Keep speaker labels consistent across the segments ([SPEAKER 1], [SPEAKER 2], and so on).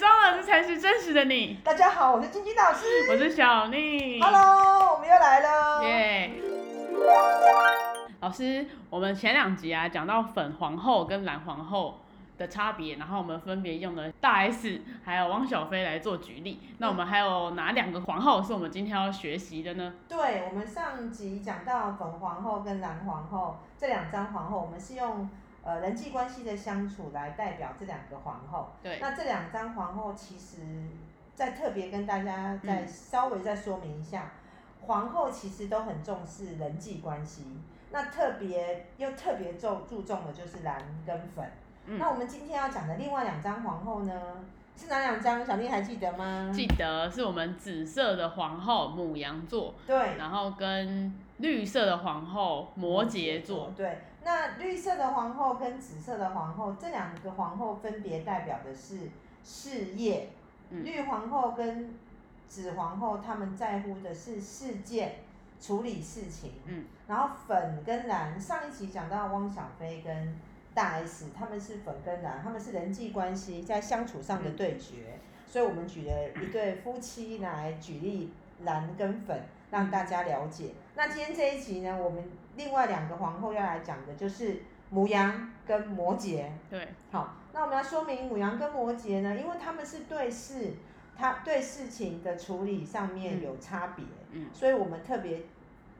[SPEAKER 1] 妆了，这才是真实的你。
[SPEAKER 2] 大家好，我是晶晶老师。
[SPEAKER 1] 我是小丽。
[SPEAKER 2] Hello，我们又来了。
[SPEAKER 1] 耶、老师，我们前两集啊讲到粉皇后跟蓝皇后的差别，然后我们分别用了大 S 还有汪小菲来做举例。那我们还有哪两个皇后是我们今天要学习的呢？
[SPEAKER 2] 对，我们上集讲到粉皇后跟蓝皇后这两张皇后，我们是用呃人际关系的相处来代表这两个皇后。
[SPEAKER 1] 对，
[SPEAKER 2] 那这两张皇后其实再特别跟大家再
[SPEAKER 1] 嗯
[SPEAKER 2] 稍微再说明一下，皇后其实都很重视人际关系，那特别又特别注注重的就是蓝跟粉。
[SPEAKER 1] 嗯
[SPEAKER 2] 那我们今天要讲的另外两张皇后呢，是哪两张？小丽还记得吗？
[SPEAKER 1] 记得是我们紫色的皇后母羊座，
[SPEAKER 2] 对，
[SPEAKER 1] 然后跟绿色的皇后摩羯座。
[SPEAKER 2] 对，那绿色的皇后跟紫色的皇后这两个皇后分别代表的是事业，
[SPEAKER 1] 嗯
[SPEAKER 2] 绿皇后跟紫皇后他们在乎的是事件，处理事情。
[SPEAKER 1] 嗯，
[SPEAKER 2] 然后粉跟蓝，上一集讲到汪小菲跟大 S，他们是粉跟蓝，他们是人际关系在相处上的对决。所以我们举了一对夫妻来举例蓝跟粉，让大家了解。那今天这一集呢，我们另外两个皇后要来讲的就是母羊跟摩羯。
[SPEAKER 1] 对，
[SPEAKER 2] 好，那我们要说明母羊跟摩羯呢，因为他们是对事，他对事情的处理上面
[SPEAKER 1] 嗯
[SPEAKER 2] 有差别，
[SPEAKER 1] 嗯
[SPEAKER 2] 所以我们特别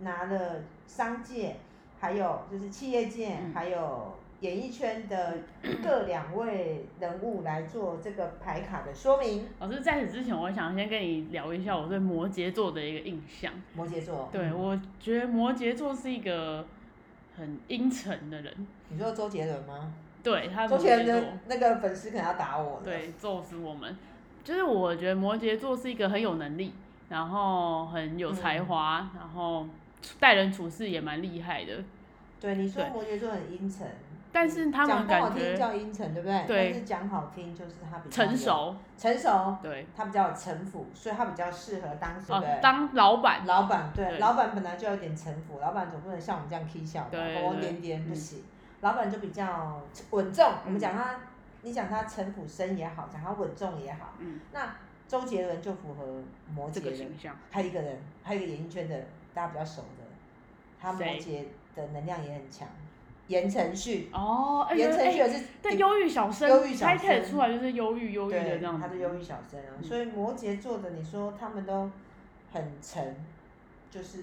[SPEAKER 2] 拿了商界，还有就是企业界，
[SPEAKER 1] 嗯
[SPEAKER 2] 还有演艺圈的各两位人物来做这个牌卡的说明。
[SPEAKER 1] 老师在此之前，我想先跟你聊一下我对摩羯座的一个印象。
[SPEAKER 2] 摩羯座，
[SPEAKER 1] 对，
[SPEAKER 2] 嗯
[SPEAKER 1] 我觉得摩羯座是一个很阴沉的人，
[SPEAKER 2] 你说周杰伦吗？
[SPEAKER 1] 对他
[SPEAKER 2] 周
[SPEAKER 1] 摩
[SPEAKER 2] 杰
[SPEAKER 1] 羯
[SPEAKER 2] 伦的
[SPEAKER 1] 座，
[SPEAKER 2] 那个粉丝可能要打我了。，
[SPEAKER 1] 对揍死我们。就是我觉得摩羯座是一个很有能力，然后很有才华，
[SPEAKER 2] 嗯
[SPEAKER 1] 然后待人处事也蛮厉害的。
[SPEAKER 2] 对你说
[SPEAKER 1] 对
[SPEAKER 2] 摩羯座很阴沉，
[SPEAKER 1] 但是他们
[SPEAKER 2] 讲不好
[SPEAKER 1] 感
[SPEAKER 2] 听
[SPEAKER 1] 觉
[SPEAKER 2] 叫阴沉，对不对？
[SPEAKER 1] 对
[SPEAKER 2] 但是讲好听就是他比较有
[SPEAKER 1] 成，熟，
[SPEAKER 2] 成熟，
[SPEAKER 1] 对，
[SPEAKER 2] 他比较有城府，所以他比较适合当什
[SPEAKER 1] 哦
[SPEAKER 2] 么、的
[SPEAKER 1] 当老板，
[SPEAKER 2] 老板？
[SPEAKER 1] 对
[SPEAKER 2] 对，老板本来就有点城府，老板总不能像我们这样 k 笑吧，
[SPEAKER 1] 对
[SPEAKER 2] 疯疯
[SPEAKER 1] 对
[SPEAKER 2] 癫癫不
[SPEAKER 1] 嗯
[SPEAKER 2] 行。老板就比较稳重，我
[SPEAKER 1] 嗯
[SPEAKER 2] 们讲他，你讲他城府深也好，讲他稳重也好，
[SPEAKER 1] 嗯，
[SPEAKER 2] 那周杰伦就符合摩
[SPEAKER 1] 这
[SPEAKER 2] 羯
[SPEAKER 1] 个
[SPEAKER 2] 人
[SPEAKER 1] 形。象，
[SPEAKER 2] 还有一个人，还有一个演艺圈的大家比较熟的，他摩
[SPEAKER 1] 谁
[SPEAKER 2] 羯的能量也很强，言承旭，
[SPEAKER 1] 哦，哎、
[SPEAKER 2] 言承
[SPEAKER 1] 哎
[SPEAKER 2] 旭也是
[SPEAKER 1] 对，忧郁小生，
[SPEAKER 2] 忧郁小
[SPEAKER 1] 他一开始
[SPEAKER 2] 生
[SPEAKER 1] 出来就是忧郁，忧郁的
[SPEAKER 2] 对
[SPEAKER 1] 这样子，
[SPEAKER 2] 他是忧郁小生啊，
[SPEAKER 1] 嗯
[SPEAKER 2] 所以摩羯座的，你说他们都很沉，就是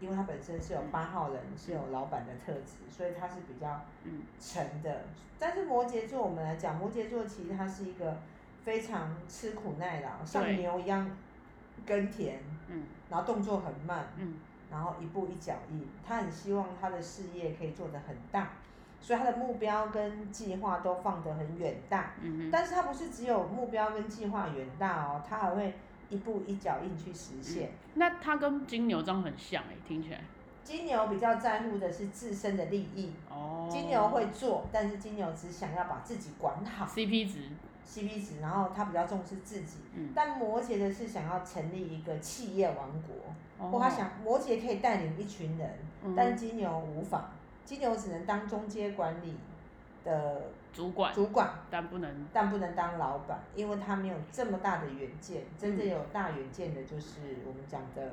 [SPEAKER 2] 因为他本身是有八号人，是有老板的特质，所以他是比较
[SPEAKER 1] 嗯
[SPEAKER 2] 沉的。但是摩羯座我们来讲，摩羯座其实他是一个非常吃苦耐劳，像
[SPEAKER 1] 对
[SPEAKER 2] 牛一样耕田，
[SPEAKER 1] 嗯
[SPEAKER 2] 然后动作很慢，
[SPEAKER 1] 嗯，
[SPEAKER 2] 然后一步一脚印，他很希望他的事业可以做得很大，所以他的目标跟计划都放得很远大。
[SPEAKER 1] 嗯
[SPEAKER 2] 但是他不是只有目标跟计划远大哦，他还会一步一脚印去
[SPEAKER 1] 嗯
[SPEAKER 2] 实现。
[SPEAKER 1] 哼，那他跟金牛座很像哎、听起来，
[SPEAKER 2] 金牛比较在乎的是自身的利益，
[SPEAKER 1] 哦，
[SPEAKER 2] 金牛会做，但是金牛只想要把自己管好
[SPEAKER 1] CP 值，
[SPEAKER 2] CP 值，然后他比较重视自己。
[SPEAKER 1] 嗯
[SPEAKER 2] 但摩羯的是想要成立一个企业王国，
[SPEAKER 1] 哦
[SPEAKER 2] 或他想摩羯可以带领一群人，
[SPEAKER 1] 嗯
[SPEAKER 2] 但金牛无法，金牛只能当中间管理的
[SPEAKER 1] 主管，
[SPEAKER 2] 主管，
[SPEAKER 1] 但不能，
[SPEAKER 2] 但不能当老板，因为他没有这么大的远见。真
[SPEAKER 1] 嗯
[SPEAKER 2] 正有大远见的，就是我们讲的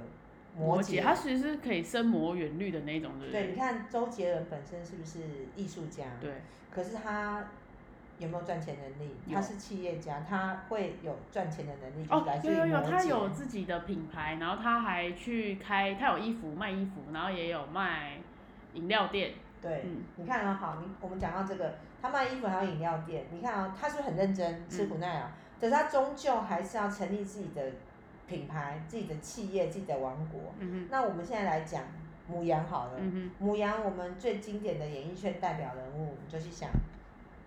[SPEAKER 2] 摩羯。
[SPEAKER 1] 他其实是可以深谋远虑的那种，对不
[SPEAKER 2] 对，
[SPEAKER 1] 对？
[SPEAKER 2] 你看周杰伦本身是不是艺术家？
[SPEAKER 1] 对，
[SPEAKER 2] 可是他有没有赚钱能力？
[SPEAKER 1] 有
[SPEAKER 2] 他是企业家，他会有赚钱的能力，就是来
[SPEAKER 1] 哦，
[SPEAKER 2] 自
[SPEAKER 1] 有
[SPEAKER 2] 于
[SPEAKER 1] 有
[SPEAKER 2] 摩
[SPEAKER 1] 有，
[SPEAKER 2] 羯。
[SPEAKER 1] 他有自己的品牌，然后他还去开，他有衣服卖衣服，然后也有卖饮料店，
[SPEAKER 2] 对，
[SPEAKER 1] 嗯
[SPEAKER 2] 你看啊、好，你我们讲到这个，他卖衣服还有饮料店，你看啊、他是不是很认真，吃
[SPEAKER 1] 嗯
[SPEAKER 2] 苦耐劳、可是他终究还是要成立自己的品牌、自己的企业、自己的王国。
[SPEAKER 1] 嗯
[SPEAKER 2] 那我们现在来讲母羊好了
[SPEAKER 1] 哼，，嗯
[SPEAKER 2] 母羊我们最经典的演艺圈代表人物，你就去想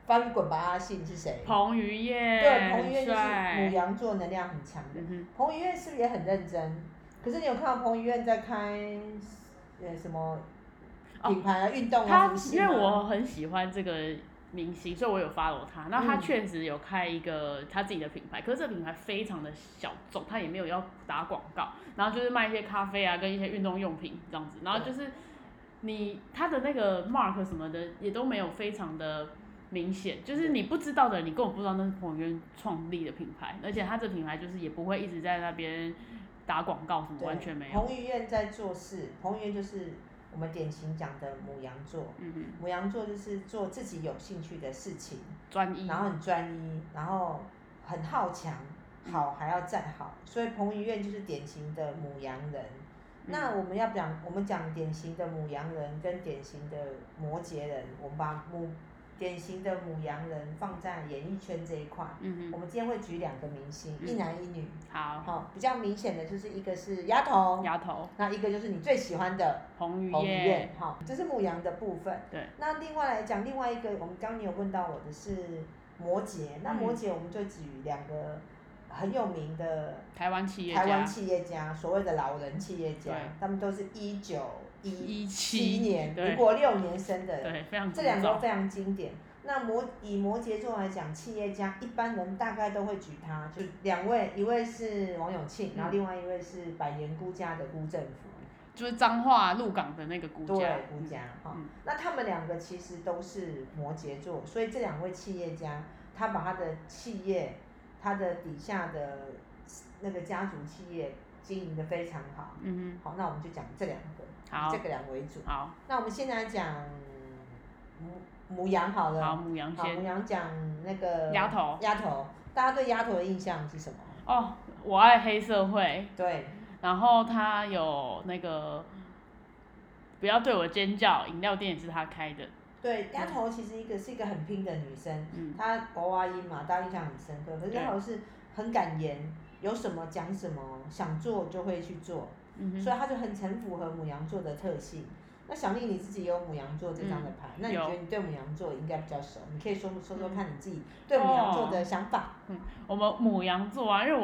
[SPEAKER 2] 翻滚吧阿信是谁
[SPEAKER 1] 哼，？彭于晏，
[SPEAKER 2] 对，彭于晏
[SPEAKER 1] 很
[SPEAKER 2] 就是母
[SPEAKER 1] 帅，
[SPEAKER 2] 羊座能量很强的。
[SPEAKER 1] 嗯哼，
[SPEAKER 2] 彭于晏是不是也很认真？可是你有看到彭于晏在开呃什么
[SPEAKER 1] 哦
[SPEAKER 2] 品牌啊、运动啊
[SPEAKER 1] 他
[SPEAKER 2] 什么事
[SPEAKER 1] 因
[SPEAKER 2] 吗
[SPEAKER 1] 为我很喜欢这个明星，所以我有 follow 他。那
[SPEAKER 2] 嗯
[SPEAKER 1] 他确实有开一个他自己的品牌，可是这个品牌非常的小众，他也没有要打广告，然后就是卖一些咖啡啊，跟一些运动用品这样子。然后就是你他的那个 mark 什么的也都没有非常的明显，就是你不知道的，你根本不知道那是彭于晏创立的品牌，而且他这品牌就是也不会一直在那边打广告什么，
[SPEAKER 2] 对
[SPEAKER 1] 完全没有。
[SPEAKER 2] 彭于晏在做事，彭于晏就是我们典型讲的母羊座。
[SPEAKER 1] 嗯哼，
[SPEAKER 2] 母羊座就是做自己有兴趣的事情，
[SPEAKER 1] 专一。
[SPEAKER 2] 然后很专一，然后很好强，好还要再好。所以彭于晏就是典型的母羊人。那
[SPEAKER 1] 嗯
[SPEAKER 2] 我们要讲，我们讲典型的母羊人跟典型的摩羯人，我们把母典型的母羊人放在演艺圈这一块。
[SPEAKER 1] 嗯
[SPEAKER 2] 我们今天会举两个明星，一
[SPEAKER 1] 嗯
[SPEAKER 2] 男一女。
[SPEAKER 1] 哼，好，
[SPEAKER 2] 好、比较明显的就是一个是丫头，
[SPEAKER 1] 丫头
[SPEAKER 2] 那一个就是你最喜欢的
[SPEAKER 1] 彭于
[SPEAKER 2] 彭于晏
[SPEAKER 1] 晏，，
[SPEAKER 2] 哦好、这是牧羊的部分。
[SPEAKER 1] 对。
[SPEAKER 2] 那另外来讲，另外一个，我们刚刚你有问到我的是摩羯，
[SPEAKER 1] 嗯
[SPEAKER 2] 那摩羯我们就举两个很有名的
[SPEAKER 1] 台湾企业
[SPEAKER 2] 台湾
[SPEAKER 1] 家，
[SPEAKER 2] 企业家，所谓的老人企业家
[SPEAKER 1] 对，
[SPEAKER 2] 他们都是一九一
[SPEAKER 1] 一
[SPEAKER 2] 七
[SPEAKER 1] 七，
[SPEAKER 2] 年，
[SPEAKER 1] 对
[SPEAKER 2] 民国六年生的人，
[SPEAKER 1] 对，非常
[SPEAKER 2] 这
[SPEAKER 1] 古
[SPEAKER 2] 两个
[SPEAKER 1] 早。
[SPEAKER 2] 非常经典。那摩以摩羯座来讲，企业家一般人大概都会举他，就两位，一位是王永庆，
[SPEAKER 1] 嗯
[SPEAKER 2] 然后另外一位是百年孤家的辜振甫，
[SPEAKER 1] 就是彰化鹿港的那个顾
[SPEAKER 2] 对
[SPEAKER 1] 家，，
[SPEAKER 2] 辜家哈
[SPEAKER 1] 嗯。
[SPEAKER 2] 那他们两个其实都是摩羯座，所以这两位企业家，他把他的企业，他的底下的那个家族企业经营的非常好。
[SPEAKER 1] 嗯
[SPEAKER 2] 好，那我们就讲这两个，
[SPEAKER 1] 哼，好
[SPEAKER 2] 这，个两为主。
[SPEAKER 1] 好，
[SPEAKER 2] 那我们现在讲母母羊好了。
[SPEAKER 1] 好，母羊
[SPEAKER 2] 嗯好，我嗯们
[SPEAKER 1] 先，
[SPEAKER 2] 讲讲那个
[SPEAKER 1] 丫头，
[SPEAKER 2] 丫头，大家对丫头的印象是什么？
[SPEAKER 1] 哦，我爱黑社会，
[SPEAKER 2] 对，
[SPEAKER 1] 然后他有那个不要对我尖叫，饮料店也是他开的，
[SPEAKER 2] 对，丫头其实一个是一个很拼的女生，
[SPEAKER 1] 嗯
[SPEAKER 2] 她娃娃音嘛，大家印象很深刻。可是
[SPEAKER 1] 对
[SPEAKER 2] 丫头是很敢言，有什么讲什么，想做就会去做，
[SPEAKER 1] 嗯
[SPEAKER 2] 所以她就很很符合母羊座的特性。那小丽你自己有母羊座这张的牌，那你
[SPEAKER 1] 嗯有嗯
[SPEAKER 2] 觉得你对母羊座应该
[SPEAKER 1] 哦
[SPEAKER 2] 比较熟？你可以说说说看你自己对母羊座的想法。
[SPEAKER 1] 哼，我们母羊座啊，因为我